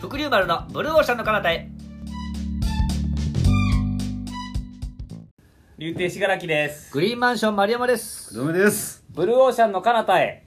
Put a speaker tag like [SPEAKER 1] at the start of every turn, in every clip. [SPEAKER 1] 黒龍丸のブルーオーシャンの彼方へ
[SPEAKER 2] 竜亭しがらきです
[SPEAKER 1] グリーンマンション丸山です
[SPEAKER 3] どうもです。
[SPEAKER 2] ブルーオーシャンの彼方へ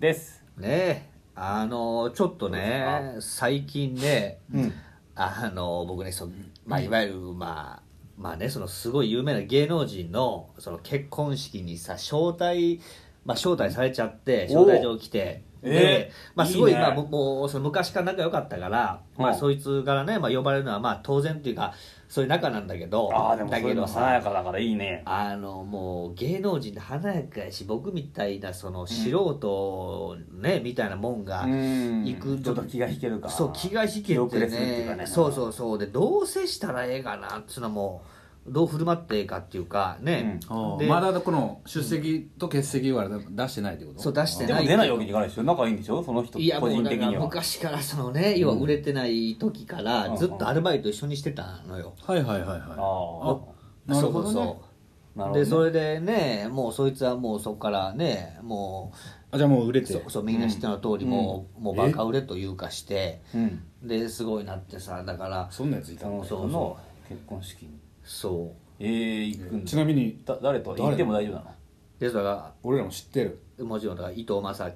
[SPEAKER 2] です
[SPEAKER 1] ねえあのちょっとね最近ね、
[SPEAKER 3] うん。
[SPEAKER 1] あの僕ねそ、まあ、いわゆるまあまあねそのすごい有名な芸能人のその結婚式にさ招待まあ、招待されちゃって
[SPEAKER 2] おう
[SPEAKER 1] 招待状来てで、
[SPEAKER 2] ええ
[SPEAKER 1] まあ、すごい
[SPEAKER 2] いいね
[SPEAKER 1] まあ、ももうその昔から仲良かったから、まあ、
[SPEAKER 2] うん
[SPEAKER 1] そいつからね、まあ、呼ばれるのはまあ当然っていうかそういう仲なんだけど
[SPEAKER 2] ああでもそ
[SPEAKER 1] だ
[SPEAKER 2] うい
[SPEAKER 1] け
[SPEAKER 2] うの
[SPEAKER 1] ど
[SPEAKER 2] 華
[SPEAKER 1] さ
[SPEAKER 2] やかだからいいね
[SPEAKER 1] あのもう芸能人で華やかやし僕みたいなその素人、ねみたいなもんが、
[SPEAKER 2] うん
[SPEAKER 1] 行く
[SPEAKER 2] ちょっと気が引けるか
[SPEAKER 1] そう気が引
[SPEAKER 2] 気
[SPEAKER 1] けて
[SPEAKER 2] 遅れするっていう
[SPEAKER 1] ね
[SPEAKER 2] かね
[SPEAKER 1] そうそうそうでどう接したらええかなっつうのもどう振る舞ってええかっていうかね、で
[SPEAKER 3] まだこの出席と欠席は出してないってこと
[SPEAKER 1] そう出して
[SPEAKER 2] で
[SPEAKER 1] な
[SPEAKER 2] も
[SPEAKER 1] い
[SPEAKER 2] 出ないわけにいかないでしょ仲いいんでしょその人
[SPEAKER 1] いや
[SPEAKER 2] 個
[SPEAKER 1] もう
[SPEAKER 2] 人
[SPEAKER 1] だ
[SPEAKER 2] 的
[SPEAKER 1] から
[SPEAKER 2] には
[SPEAKER 1] 昔からそのね要は売れてない時からずっとアルバイト一緒にしてたのよ、
[SPEAKER 3] はいはいはいは
[SPEAKER 2] あ
[SPEAKER 3] い。なる
[SPEAKER 1] そうそ
[SPEAKER 3] ほど
[SPEAKER 1] う
[SPEAKER 3] ね
[SPEAKER 1] そう。
[SPEAKER 2] あなるほどね
[SPEAKER 1] でそれでねもうそいつはもうそこからねもう
[SPEAKER 3] あじゃあもう売れて
[SPEAKER 1] そ。そうみんな知っての通り、もうもうバカ売れというかして
[SPEAKER 2] うん
[SPEAKER 1] ですごいなってさだから
[SPEAKER 3] そんなやついた
[SPEAKER 2] その
[SPEAKER 3] の。
[SPEAKER 2] 人の結婚式に
[SPEAKER 1] そ
[SPEAKER 2] ええ行くんだ
[SPEAKER 3] ちなみに
[SPEAKER 2] だ誰と行っても大丈夫なの
[SPEAKER 1] うですか
[SPEAKER 3] 俺らも知ってる。
[SPEAKER 1] らもちろんだから伊藤正明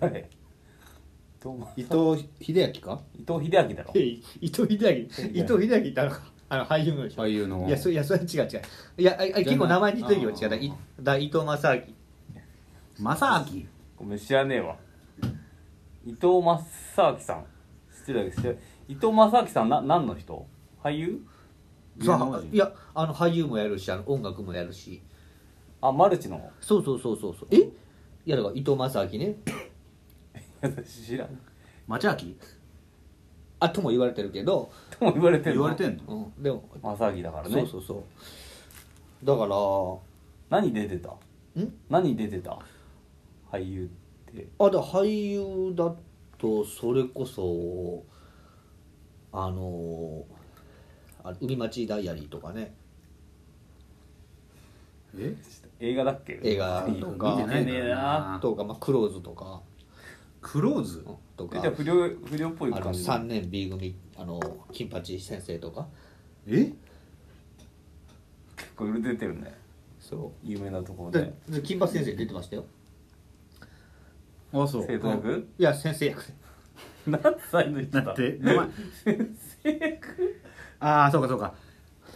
[SPEAKER 2] 誰どうも
[SPEAKER 3] 伊藤秀明か？
[SPEAKER 2] 伊藤秀明だろ
[SPEAKER 1] 伊藤秀明伊藤秀明ってあのあの俳優のでしょ
[SPEAKER 3] 俳優の
[SPEAKER 1] いやそいやそれは違う違ういやああ結構名前似てるよ違
[SPEAKER 3] じゃ
[SPEAKER 1] う
[SPEAKER 3] な
[SPEAKER 1] だ
[SPEAKER 3] い
[SPEAKER 1] いだ伊藤正明
[SPEAKER 3] 正明。
[SPEAKER 2] ごめん知らねえわ伊藤正明さん失礼だけど知ってる伊藤正明さんな何の人俳優
[SPEAKER 1] そ
[SPEAKER 3] 芸能
[SPEAKER 1] う
[SPEAKER 3] 人
[SPEAKER 1] いやあの俳優もやるしあの音楽もやるし
[SPEAKER 2] あマルチの
[SPEAKER 1] そうそうそうそうそうえいやだから伊藤正明ね
[SPEAKER 2] 知らん
[SPEAKER 3] 町明？
[SPEAKER 1] あとも言われてるけど、
[SPEAKER 2] とも言われてる
[SPEAKER 3] 言われて
[SPEAKER 2] る
[SPEAKER 3] んの？
[SPEAKER 1] うん、でも
[SPEAKER 2] 正明だからね
[SPEAKER 1] そうそうそうだから
[SPEAKER 2] 何出てた
[SPEAKER 1] ん
[SPEAKER 2] 何出てた俳優って
[SPEAKER 1] あだから俳優だとそれこそあのあ海町ダイアリーとかね
[SPEAKER 3] え？
[SPEAKER 2] 映画だっけ
[SPEAKER 1] 映画
[SPEAKER 2] 見て
[SPEAKER 1] とか
[SPEAKER 2] ねえ
[SPEAKER 3] あ
[SPEAKER 2] な
[SPEAKER 1] とか、まあ、クローズとか
[SPEAKER 3] クローズ？
[SPEAKER 1] と
[SPEAKER 2] え
[SPEAKER 1] か
[SPEAKER 2] じゃあ不良不良っぽい
[SPEAKER 1] あ
[SPEAKER 2] 感
[SPEAKER 1] の
[SPEAKER 2] じ
[SPEAKER 1] 3年 B 組あの金八先生とか
[SPEAKER 3] え？
[SPEAKER 2] 結構出てるね
[SPEAKER 1] そ
[SPEAKER 2] 有名なところ
[SPEAKER 1] う
[SPEAKER 2] で
[SPEAKER 1] でで金八先生出てましたよ
[SPEAKER 3] あそう。
[SPEAKER 2] 生徒役
[SPEAKER 1] いや先生役で
[SPEAKER 2] 何歳の人だ
[SPEAKER 3] だって名前。ああそうかそうか。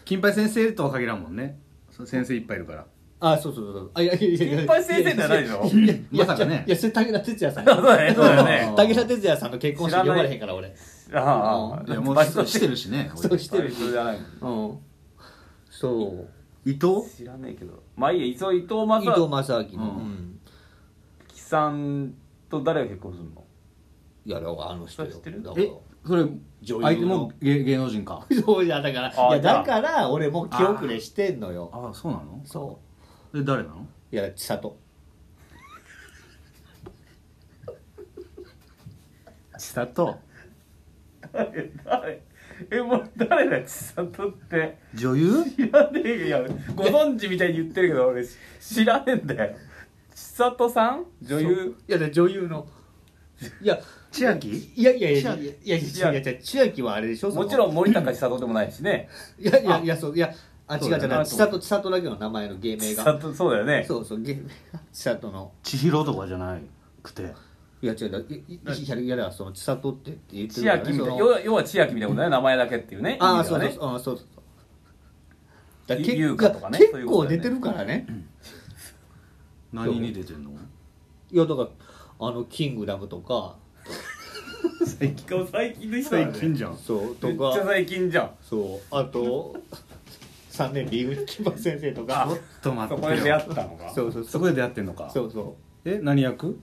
[SPEAKER 3] 金八先生とは限らんもんね。そ先生いっぱいいるから。
[SPEAKER 1] あそうそうそうそうあいやいやいやいや
[SPEAKER 2] 金八先生じゃないでしょ
[SPEAKER 1] いやいや
[SPEAKER 3] まさかね
[SPEAKER 1] いやそれ武田鉄矢さ ん
[SPEAKER 2] そうだねそうだね
[SPEAKER 1] 武田鉄矢さんの結婚式呼ばれへんから俺
[SPEAKER 2] ああ
[SPEAKER 3] いやもうしてるしね。
[SPEAKER 1] そうしてるし
[SPEAKER 2] 人じゃないもん
[SPEAKER 1] うんそう
[SPEAKER 3] 伊藤？
[SPEAKER 2] 知らねえけどまあいいや伊藤伊藤
[SPEAKER 1] 伊藤
[SPEAKER 2] 正
[SPEAKER 1] 正明の、
[SPEAKER 3] うん
[SPEAKER 1] うん
[SPEAKER 2] 樹さんと誰が結婚するの
[SPEAKER 1] いやだからあの人よ
[SPEAKER 2] 知ってる
[SPEAKER 1] だから
[SPEAKER 3] えそれ
[SPEAKER 1] 女優の
[SPEAKER 3] 相手も芸芸能人か。
[SPEAKER 1] そうじゃだから
[SPEAKER 2] あ
[SPEAKER 1] いや
[SPEAKER 2] じゃ
[SPEAKER 1] だ
[SPEAKER 2] あ
[SPEAKER 1] から俺もう気遅れしてんのよ
[SPEAKER 3] ああそうなの？
[SPEAKER 1] そ
[SPEAKER 3] で誰なの？
[SPEAKER 1] ういや千里
[SPEAKER 3] 千里
[SPEAKER 2] 誰誰 えもう誰だよ千里って
[SPEAKER 3] 女優
[SPEAKER 2] 知らねえよいやご存知みたいに言ってるけど俺し知らねえんだよ千里さん女優
[SPEAKER 1] そういやだ女優のいや
[SPEAKER 3] 千秋
[SPEAKER 1] いやいやい
[SPEAKER 3] 千
[SPEAKER 1] や
[SPEAKER 3] 秋
[SPEAKER 1] いやいやいやいやいや千秋はあれでしょその
[SPEAKER 2] もちろん森高千里でもないしね
[SPEAKER 1] いやいやいやそういやあ違
[SPEAKER 3] そうう
[SPEAKER 1] 違
[SPEAKER 3] だ
[SPEAKER 1] う
[SPEAKER 3] よ
[SPEAKER 1] 千
[SPEAKER 3] な
[SPEAKER 1] 里千里だけの名前の芸名
[SPEAKER 2] 千
[SPEAKER 1] が
[SPEAKER 2] 里そうだよね
[SPEAKER 1] そうそう芸名が 千里の
[SPEAKER 3] 千尋とかじゃなくて
[SPEAKER 1] いや違うだいいいやいやだからその千里ってって言って
[SPEAKER 2] 千秋みたい
[SPEAKER 1] そ
[SPEAKER 2] な
[SPEAKER 1] の
[SPEAKER 2] 要要は千秋みたいなことね名前だけっていうね
[SPEAKER 1] あ
[SPEAKER 2] 意
[SPEAKER 1] あ
[SPEAKER 2] 味
[SPEAKER 1] そ
[SPEAKER 2] は
[SPEAKER 1] う
[SPEAKER 2] ね
[SPEAKER 1] ですああそうそうそうだからけ
[SPEAKER 2] 優香とかね
[SPEAKER 1] いや
[SPEAKER 2] そうい
[SPEAKER 1] 結
[SPEAKER 2] うこと
[SPEAKER 1] 構
[SPEAKER 2] だよね
[SPEAKER 1] 出てるからね
[SPEAKER 3] 何に出てんの
[SPEAKER 1] いやだからあの「キングダム」とか
[SPEAKER 2] 最近最近の人だね
[SPEAKER 3] じゃん
[SPEAKER 1] そう
[SPEAKER 2] め
[SPEAKER 1] と
[SPEAKER 2] っちゃ
[SPEAKER 1] か
[SPEAKER 2] 最近じゃん
[SPEAKER 1] そうあと3年 B 組木場先生 と
[SPEAKER 3] ちょ
[SPEAKER 1] か
[SPEAKER 3] っと待
[SPEAKER 2] そ
[SPEAKER 3] っ
[SPEAKER 2] こで
[SPEAKER 3] て
[SPEAKER 2] 出会
[SPEAKER 3] よ
[SPEAKER 2] ったのか
[SPEAKER 1] そうそうそ
[SPEAKER 3] そうこで出会ってんのか
[SPEAKER 1] そうそ
[SPEAKER 3] え何役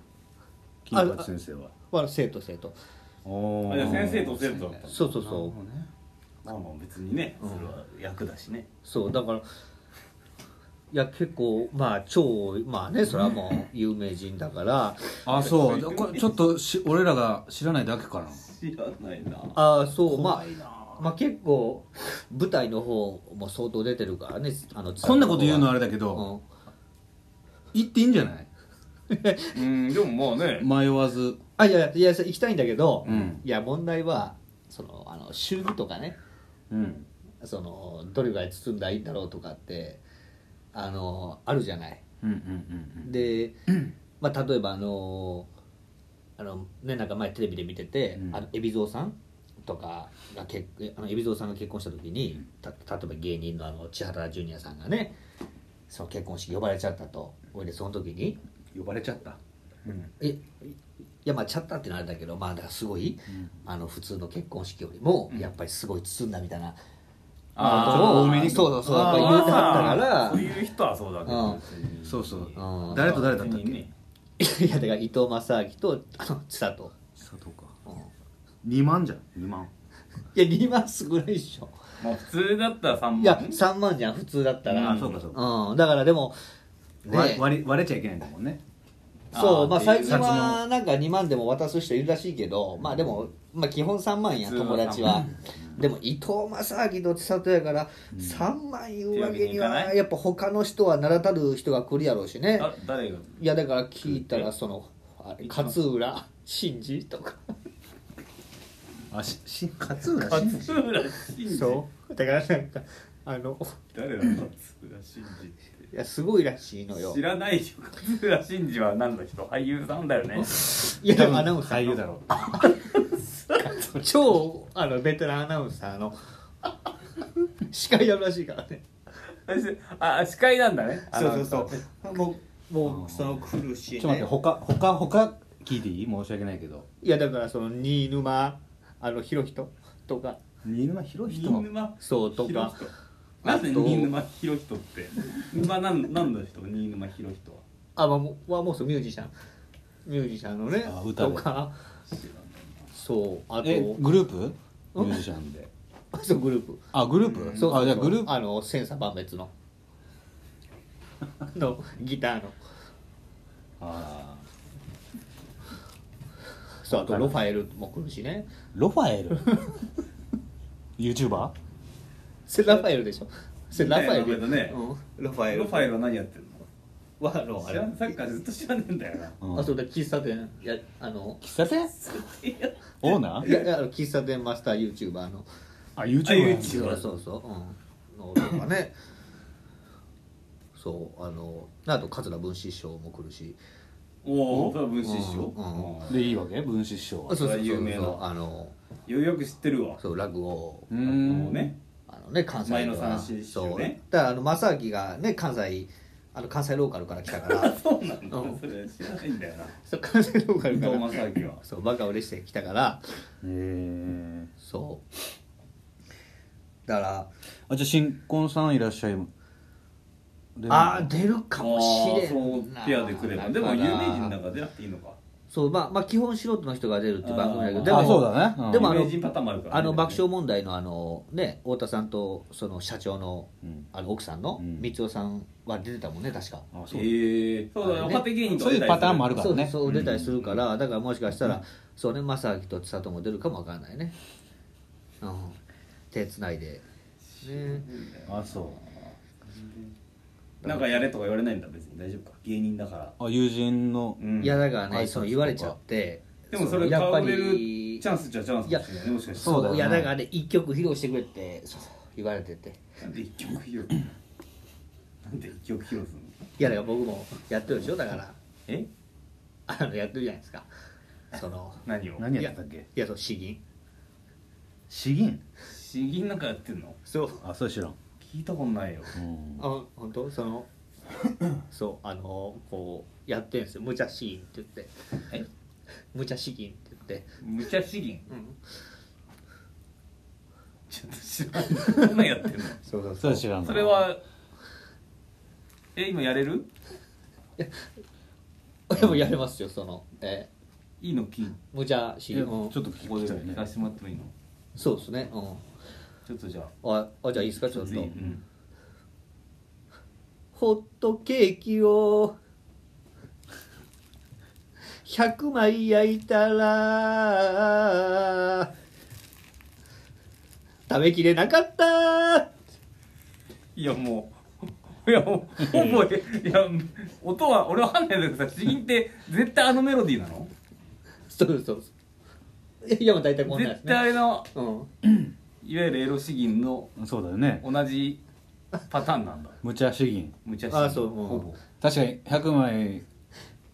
[SPEAKER 3] 金
[SPEAKER 1] あ
[SPEAKER 3] 八先生は
[SPEAKER 1] うまあ生徒生徒
[SPEAKER 3] お
[SPEAKER 2] あじゃあ先生と生徒だったの
[SPEAKER 1] そうそうそう
[SPEAKER 3] うね
[SPEAKER 2] まあまあ別にねそれは役だしね
[SPEAKER 1] そうだからいや結構まあ超まあねそれはもう有名人だから
[SPEAKER 3] あそうだこれちょっとし俺らが知らないだけかな
[SPEAKER 2] 知らないな
[SPEAKER 1] ああそうまあまあ結構舞台の方も相当出てるからねあの
[SPEAKER 3] こんなこと言うのはあ
[SPEAKER 1] れ
[SPEAKER 3] れだけ
[SPEAKER 1] う
[SPEAKER 3] ど
[SPEAKER 1] ん
[SPEAKER 3] 言っていいんじゃない
[SPEAKER 2] うんでもまあね
[SPEAKER 3] 迷わず
[SPEAKER 1] あいやいや行きたいんだけど、
[SPEAKER 3] うん
[SPEAKER 1] いや問題はそのあの修具とかね
[SPEAKER 2] うん
[SPEAKER 1] そのどれぐらい包んだらいいんだろうとかってあのあるじゃない
[SPEAKER 3] うんうんうん
[SPEAKER 1] で、まあ、例えばあのあのねなんか前テレビで見てて、
[SPEAKER 3] うん
[SPEAKER 1] あの海老蔵さんとかが結あの海老蔵さんが結婚した時に、た例えば芸人のあの千原ジュニアさんがねその結婚式呼ばれちゃったとほいでその時に
[SPEAKER 3] 呼ばれちゃった
[SPEAKER 2] うん
[SPEAKER 1] えいやまあちゃったってのはあれだけどまあだからすごい、あの普通の結婚式よりも、やっぱりすごい包んだみたいな
[SPEAKER 3] あー
[SPEAKER 1] ことを
[SPEAKER 3] 多めに
[SPEAKER 1] そうそうそうやっ
[SPEAKER 3] あ
[SPEAKER 1] ぱ
[SPEAKER 3] ー
[SPEAKER 1] 言うてはったから
[SPEAKER 2] そういう人はそうだけ
[SPEAKER 1] うん
[SPEAKER 2] ど別に
[SPEAKER 3] そうそう
[SPEAKER 1] うん
[SPEAKER 3] 誰と誰だったっ
[SPEAKER 2] 別に
[SPEAKER 3] け
[SPEAKER 2] ね
[SPEAKER 1] いやだから伊藤正明とあの千里、
[SPEAKER 3] 佐藤か
[SPEAKER 1] うん
[SPEAKER 3] 2万じゃん2万
[SPEAKER 1] いや2万すぐらいでしょ
[SPEAKER 2] まあ普通だったら3万
[SPEAKER 1] いや3万じゃん普通だったら、
[SPEAKER 3] あ
[SPEAKER 1] う
[SPEAKER 3] そうかそうか
[SPEAKER 1] ん、だからでも
[SPEAKER 3] 割
[SPEAKER 1] ね
[SPEAKER 3] 割れ割れちゃいけないんだもんね
[SPEAKER 1] そう
[SPEAKER 2] あー
[SPEAKER 1] まあ
[SPEAKER 2] っていう
[SPEAKER 1] 最近はなんか2万でも渡す人いるらしいけどまあでも、まあ、基本3万や
[SPEAKER 2] 普通
[SPEAKER 1] 友
[SPEAKER 2] は
[SPEAKER 1] 達はでも伊藤正明と千里やから3万言うわけに
[SPEAKER 2] ってわけにいか
[SPEAKER 1] は
[SPEAKER 2] ない
[SPEAKER 1] やっぱ他の人は名だたる人が来るやろうしね
[SPEAKER 2] だ誰が
[SPEAKER 1] いやだから聞いたらそのあれ勝浦真司とか
[SPEAKER 3] あしし勝浦慎二
[SPEAKER 2] 勝浦真司
[SPEAKER 1] うだからなんかあの
[SPEAKER 2] 誰だ勝浦真司っ
[SPEAKER 1] いやすごいらしいの
[SPEAKER 2] て
[SPEAKER 1] よ
[SPEAKER 2] 知らないよ勝浦真司は何の人俳優さんだよね
[SPEAKER 1] いやでもアナウンサー
[SPEAKER 3] 俳優だろう
[SPEAKER 1] 超あのベテランアナウンサーの司会やるらしいからね
[SPEAKER 2] あ司会なんだね
[SPEAKER 1] うもうもうその苦るし、
[SPEAKER 3] ちょっと待って他他他聞いていい申し訳ないけど
[SPEAKER 1] いやだからその新沼あの広人とか
[SPEAKER 3] 新沼広
[SPEAKER 2] 新
[SPEAKER 3] 人も
[SPEAKER 2] 沼
[SPEAKER 1] そうとか
[SPEAKER 2] 博人なぜ
[SPEAKER 1] あと
[SPEAKER 2] 新沼広人って沼なん何の人新沼広人は
[SPEAKER 1] あまあもうはもうそうミュージシャンミュージシャンのね
[SPEAKER 3] あ歌で
[SPEAKER 1] とか
[SPEAKER 2] 知ら
[SPEAKER 1] そうあ
[SPEAKER 3] え
[SPEAKER 1] と
[SPEAKER 3] グループミュージシャンで
[SPEAKER 1] そうグループ
[SPEAKER 3] あグループ
[SPEAKER 1] そう
[SPEAKER 3] あじゃあグループ
[SPEAKER 1] あの千差万別ののギターの
[SPEAKER 3] あー
[SPEAKER 1] そうあとロファエルも来るしね
[SPEAKER 3] ロファエル YouTuber?
[SPEAKER 1] セラファエルでしょセラファエル、
[SPEAKER 2] ねえ
[SPEAKER 1] うん、ロファ
[SPEAKER 2] ない
[SPEAKER 1] エ
[SPEAKER 2] ロ
[SPEAKER 1] ル
[SPEAKER 2] ファエルは何やってる
[SPEAKER 1] はあの
[SPEAKER 2] の
[SPEAKER 1] あ
[SPEAKER 2] 知
[SPEAKER 1] れ
[SPEAKER 2] らんサッカーずっと知らねえんだよな
[SPEAKER 3] うん
[SPEAKER 1] あそうだ喫茶店やあの
[SPEAKER 3] 喫茶店
[SPEAKER 2] いや
[SPEAKER 3] オーナ
[SPEAKER 1] い
[SPEAKER 3] ー
[SPEAKER 1] やいやあの喫茶店マスター YouTuber の
[SPEAKER 3] あ
[SPEAKER 2] あ YouTuber
[SPEAKER 1] そうそうそううんのとかねそうあのあと桂文枝師匠も来るし
[SPEAKER 2] おおそれは分子師
[SPEAKER 1] うん
[SPEAKER 2] 匠
[SPEAKER 3] でいいわけ分子師匠は
[SPEAKER 1] そうそうそう
[SPEAKER 2] 有名
[SPEAKER 1] そう
[SPEAKER 2] な
[SPEAKER 1] あの
[SPEAKER 2] よよく知ってるわ
[SPEAKER 1] そう落語
[SPEAKER 3] うー
[SPEAKER 2] もうんね
[SPEAKER 1] あのね関西では
[SPEAKER 2] 前野さん師
[SPEAKER 1] そう
[SPEAKER 2] 匠ね
[SPEAKER 1] だからあの正明がね関西あの関西ローカルから来 たから
[SPEAKER 2] そうなんだ
[SPEAKER 1] うん
[SPEAKER 2] それ知らないんだよな
[SPEAKER 1] そう関西ローカ
[SPEAKER 2] 伊
[SPEAKER 1] ルか
[SPEAKER 2] 藤
[SPEAKER 1] ら
[SPEAKER 2] 正明は
[SPEAKER 1] そうバカ売れして来たから
[SPEAKER 3] へえ
[SPEAKER 1] そうだから
[SPEAKER 3] あじゃあ新婚さんいらっしゃいで
[SPEAKER 1] あー出るかもしれ
[SPEAKER 2] あー
[SPEAKER 1] ん
[SPEAKER 2] そ
[SPEAKER 1] な
[SPEAKER 2] のペアでくればでも有名人なんか出なくていいのか
[SPEAKER 1] そうまあまあ基本素人の人が出るっていう番組だけど
[SPEAKER 2] あー
[SPEAKER 1] でも
[SPEAKER 3] あそうだね、うん
[SPEAKER 1] でもあ
[SPEAKER 2] 有
[SPEAKER 1] の
[SPEAKER 2] 名人パターンもあるからね
[SPEAKER 1] あの爆笑問題のあのね太田さんとその社長の
[SPEAKER 3] うん
[SPEAKER 1] あの奥さんの
[SPEAKER 3] うん
[SPEAKER 1] 光代さんは出てたもんね確か
[SPEAKER 3] あそうだ
[SPEAKER 2] ええそうだね
[SPEAKER 1] あれね
[SPEAKER 2] 若手芸人と
[SPEAKER 3] そう
[SPEAKER 2] か出たりす
[SPEAKER 3] いう
[SPEAKER 2] る
[SPEAKER 3] パターンもあるか
[SPEAKER 1] そ
[SPEAKER 3] ら
[SPEAKER 1] う
[SPEAKER 3] ね
[SPEAKER 1] そう出たりす
[SPEAKER 3] る
[SPEAKER 1] るからだからもしかしたらそうね正明と千里も出るかもわからないねうん手つないでね
[SPEAKER 3] あそ
[SPEAKER 2] なんかやれとか言われないんだ別に大丈夫か芸人だから
[SPEAKER 3] うあ友人の
[SPEAKER 2] うん
[SPEAKER 1] いやだからね
[SPEAKER 3] 挨拶とか
[SPEAKER 1] そう言われちゃって
[SPEAKER 2] でもそれ
[SPEAKER 1] や
[SPEAKER 2] 顔
[SPEAKER 1] っ
[SPEAKER 2] 売
[SPEAKER 1] ぱ
[SPEAKER 2] れるチ
[SPEAKER 1] り
[SPEAKER 2] ャンスっちゃチャンスかもしれないねもしかしたら
[SPEAKER 3] そうだよ
[SPEAKER 1] い
[SPEAKER 3] ね
[SPEAKER 1] やだからね一曲披露してくれってそう言われてて
[SPEAKER 2] なんで一曲披露なんで一曲披露するの
[SPEAKER 1] いやだから僕もやってるでしょだから
[SPEAKER 2] え
[SPEAKER 1] あのやってるじゃないですかその
[SPEAKER 2] 何を
[SPEAKER 3] 何やってたっけ
[SPEAKER 1] いやそう詩吟
[SPEAKER 3] 詩吟
[SPEAKER 2] 詩吟なんかやってんの
[SPEAKER 1] そう
[SPEAKER 3] あそれ知らん、
[SPEAKER 2] 聞いたことないよ
[SPEAKER 3] うん
[SPEAKER 1] あ本当 そのそうあのこうやってるんですよ無茶詩吟って言って
[SPEAKER 2] え
[SPEAKER 1] 無茶詩吟って言って
[SPEAKER 2] 無茶詩吟
[SPEAKER 1] うん
[SPEAKER 2] ちょっと知らないそんなんやってんの
[SPEAKER 1] そうそう
[SPEAKER 3] それ 知らんな
[SPEAKER 2] それはえ今やれる
[SPEAKER 1] でもやれますよそのえ
[SPEAKER 2] いいの聞い
[SPEAKER 1] ー無茶詩
[SPEAKER 3] いや
[SPEAKER 1] 吟
[SPEAKER 3] ちょ
[SPEAKER 1] う
[SPEAKER 3] っ
[SPEAKER 1] ん
[SPEAKER 3] と
[SPEAKER 2] ここ
[SPEAKER 3] 聞
[SPEAKER 2] で
[SPEAKER 3] きたい
[SPEAKER 2] 聞
[SPEAKER 3] ね
[SPEAKER 2] かせてもらってもいいの
[SPEAKER 1] そうですねうん
[SPEAKER 2] ちょっとじゃあ
[SPEAKER 1] ああじゃあいいですかちょっと
[SPEAKER 2] いいうん
[SPEAKER 1] ホットケーキを100枚焼いたら食べきれなかった
[SPEAKER 2] いやもういやほぼいや音は俺わかんないけどさ詩吟って絶対あのメロディーなの
[SPEAKER 1] そうそうそういやもう大体こんなんです
[SPEAKER 2] 絶
[SPEAKER 1] ね
[SPEAKER 2] 対あの
[SPEAKER 1] うん
[SPEAKER 2] いわゆるエロ詩吟の
[SPEAKER 4] そうだよね
[SPEAKER 2] 同じパターンなんだ
[SPEAKER 4] 無茶主義
[SPEAKER 2] むちゃ詩
[SPEAKER 1] あ
[SPEAKER 2] 吟
[SPEAKER 1] そううん
[SPEAKER 2] ほぼ
[SPEAKER 4] 確かに100枚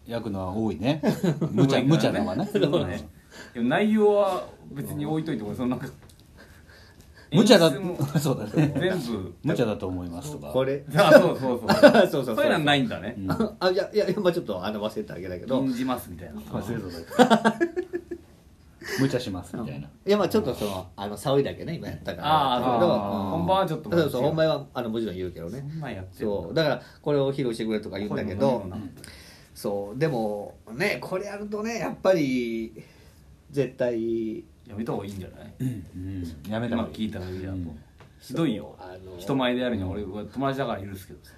[SPEAKER 4] 焼くのは多いね無茶無茶なのはね
[SPEAKER 2] そうだねでも内容は別に置いといてもそのなんか
[SPEAKER 4] 無茶だ
[SPEAKER 2] 演出も
[SPEAKER 4] そうだね
[SPEAKER 2] 全部
[SPEAKER 4] 無茶だと思いますとか
[SPEAKER 1] これ
[SPEAKER 2] あそうそうそう
[SPEAKER 1] そうそうそう
[SPEAKER 2] そういうのはないんだね
[SPEAKER 4] うん
[SPEAKER 1] あいやいや今ちょっとあの忘れただけだけど、
[SPEAKER 2] 禁じますみたいな
[SPEAKER 4] 忘れそうだけど無茶しますみたいな、
[SPEAKER 1] いやまあちょっとそのあの騒いだけね今やったから
[SPEAKER 2] ああ
[SPEAKER 1] だけど
[SPEAKER 2] ああ本番はちょっと
[SPEAKER 1] うんそうそう本番はあのもちろん言うけど
[SPEAKER 2] そ
[SPEAKER 1] ね
[SPEAKER 2] んなんやってる
[SPEAKER 1] そうだからこれを披露してくれとか言うんだけ
[SPEAKER 2] こ
[SPEAKER 1] ど
[SPEAKER 2] ういうのもなんだ
[SPEAKER 1] そうでもねこれやるとねやっぱり絶対
[SPEAKER 2] やめた方がいいんじゃない
[SPEAKER 4] うん、やめた
[SPEAKER 2] 今
[SPEAKER 4] 方がい
[SPEAKER 2] 聞
[SPEAKER 4] い
[SPEAKER 2] いただけじゃ
[SPEAKER 4] うん
[SPEAKER 2] もうひどいよ
[SPEAKER 1] あの
[SPEAKER 2] 人前でやるには俺は友達だから許すけどさ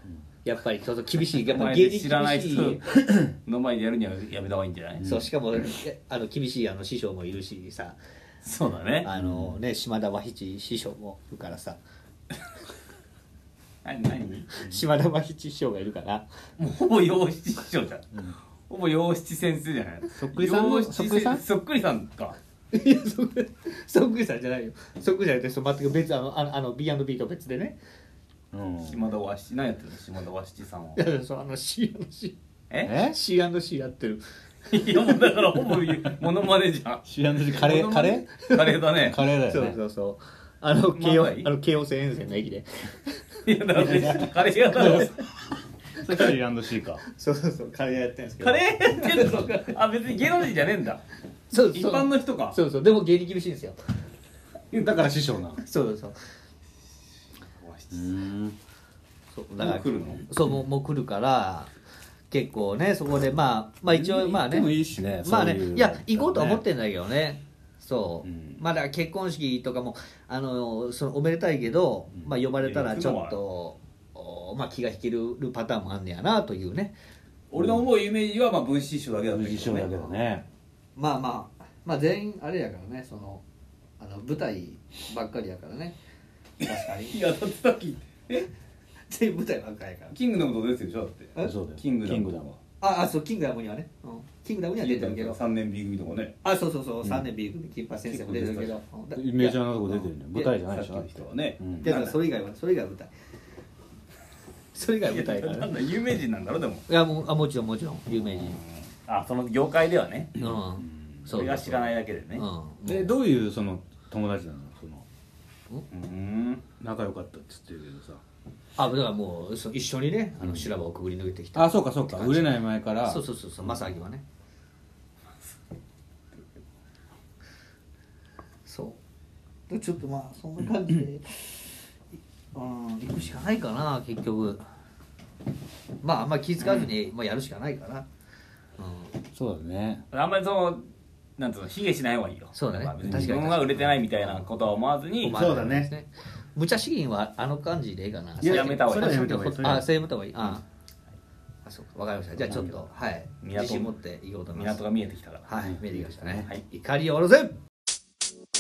[SPEAKER 1] やっぱりちょっと厳しいや
[SPEAKER 2] 人
[SPEAKER 1] っぱ
[SPEAKER 2] 前
[SPEAKER 1] 芸
[SPEAKER 2] で
[SPEAKER 1] 人
[SPEAKER 2] 知らない
[SPEAKER 1] 厳し
[SPEAKER 2] 人の前でやるにはやめた方がいいんじゃない
[SPEAKER 1] そうしかもえあの厳しいあの師匠もいるしさ
[SPEAKER 2] そうだね
[SPEAKER 1] あのね島田和七師匠もいるからさ
[SPEAKER 2] 何何
[SPEAKER 1] 島田和七師匠がいるから
[SPEAKER 2] もうほぼ洋七師匠じゃんほぼ洋七先生じゃないそ
[SPEAKER 4] っくりさんのそっくりさん
[SPEAKER 2] そっくりさんか
[SPEAKER 1] いやそっくそっくりさんじゃないよそっくりさんってそう全く別あのあのあの B&B と別でね
[SPEAKER 4] うん、
[SPEAKER 2] 島田和七何やってるの島田和七さんはい
[SPEAKER 1] やそうあの C&C
[SPEAKER 2] え
[SPEAKER 4] え
[SPEAKER 1] C&C やってる
[SPEAKER 2] いやもうだからほぼモノマネじゃん
[SPEAKER 4] 知らんずにカレーカレ
[SPEAKER 2] カレーだね
[SPEAKER 4] ーカレーだ
[SPEAKER 1] そ
[SPEAKER 4] よ
[SPEAKER 1] う
[SPEAKER 4] ね
[SPEAKER 1] そうそうあの京
[SPEAKER 2] まあはい
[SPEAKER 1] 王あの京王線沿線の駅で
[SPEAKER 2] いやだからカレー屋だろ
[SPEAKER 4] それ C&C か
[SPEAKER 1] そうそうそうカレーやってるんですけど
[SPEAKER 2] カレーやってるのかあ別に芸能人じゃねえんだ
[SPEAKER 1] そう
[SPEAKER 2] 一
[SPEAKER 1] そう
[SPEAKER 2] 般の人か
[SPEAKER 1] そうそうでも芸人厳しいんですよ
[SPEAKER 4] だから師匠な
[SPEAKER 1] そうそうそう
[SPEAKER 4] うん
[SPEAKER 1] そう
[SPEAKER 2] もう来るの
[SPEAKER 1] そうもうもう来るから結構ねそこでまあまあ一応まあね
[SPEAKER 4] でもいいしね
[SPEAKER 1] まあね
[SPEAKER 4] そういうの
[SPEAKER 1] いや行こうとは思ってんだけどねそう、
[SPEAKER 4] うん
[SPEAKER 1] まあだから結婚式とかもあのそのおめでたいけど、まあ、呼ばれたらちょっと、おまあ、気が引けるパターンもあんねやなというね
[SPEAKER 2] 俺の思うイメージはまあ分子師匠だけだったけ
[SPEAKER 4] 師
[SPEAKER 2] ど
[SPEAKER 4] 匠だけ
[SPEAKER 2] ね
[SPEAKER 4] どね
[SPEAKER 1] まあまあまあ全員あれやからねそのあの舞台ばっかりやからね確か に
[SPEAKER 2] いやだってさっきえ
[SPEAKER 1] 全員舞台ばっかりやから
[SPEAKER 2] キングダムと出てるでしょだって
[SPEAKER 1] え
[SPEAKER 4] そうだよ
[SPEAKER 2] キングダム
[SPEAKER 1] ああそうキングダムにはね、うん、キングダムには出てるけど
[SPEAKER 2] 3年 B 組とかね
[SPEAKER 1] あそうそうそう3年 B 組金八先生も出てるけどうんだ
[SPEAKER 4] メジャーなとこ出てるね
[SPEAKER 1] うん
[SPEAKER 4] 舞台じゃ
[SPEAKER 2] さ
[SPEAKER 4] ない
[SPEAKER 2] っ
[SPEAKER 4] でし
[SPEAKER 2] き
[SPEAKER 4] ょ
[SPEAKER 2] の人はね
[SPEAKER 4] うん
[SPEAKER 1] だからそれ以外はそれ以外は舞台 それ以外は舞台
[SPEAKER 2] い
[SPEAKER 1] か
[SPEAKER 2] やな
[SPEAKER 1] ら
[SPEAKER 2] ん
[SPEAKER 1] ね
[SPEAKER 2] だ有名人なんだろでも
[SPEAKER 1] いやもうあもちろんもちろん有名人
[SPEAKER 2] あその業界ではね
[SPEAKER 1] うん
[SPEAKER 2] 俺が知らないいだけでね
[SPEAKER 1] うん
[SPEAKER 4] でどういうその友達なのその
[SPEAKER 2] うん
[SPEAKER 4] 仲良かったっつってるけどさ
[SPEAKER 1] あだからもうそう一緒にねあの修羅場をくぐり抜けてきた
[SPEAKER 4] あそうかそうか売れない前から
[SPEAKER 1] そうそうそうそう正明はねそうちょっとまあそんな感じでうん行くしかないかな結局まああんまり気付かずに、まあ、やるしかないかな、うん、
[SPEAKER 4] そうだね
[SPEAKER 2] あんまりそのなんつうの卑下しない方がいいよ
[SPEAKER 1] そうだね
[SPEAKER 2] まあ別に
[SPEAKER 1] 確かに
[SPEAKER 2] 自分が売れてないみたいなことは思わずに
[SPEAKER 1] お前
[SPEAKER 3] そうだね
[SPEAKER 1] です無茶資金はあの感じでいいかない
[SPEAKER 2] ややめた方がいい
[SPEAKER 1] それはそれで
[SPEAKER 3] それはや
[SPEAKER 1] あ
[SPEAKER 3] めた方がいい
[SPEAKER 1] それやめた方がいいああそうかわかりましたじゃあちょっとはい
[SPEAKER 2] 港
[SPEAKER 1] 自信持っていこうと思います
[SPEAKER 2] 港が見えてきたから
[SPEAKER 1] はい、見えてきましたね。
[SPEAKER 2] はい
[SPEAKER 1] 怒りを下ろせ。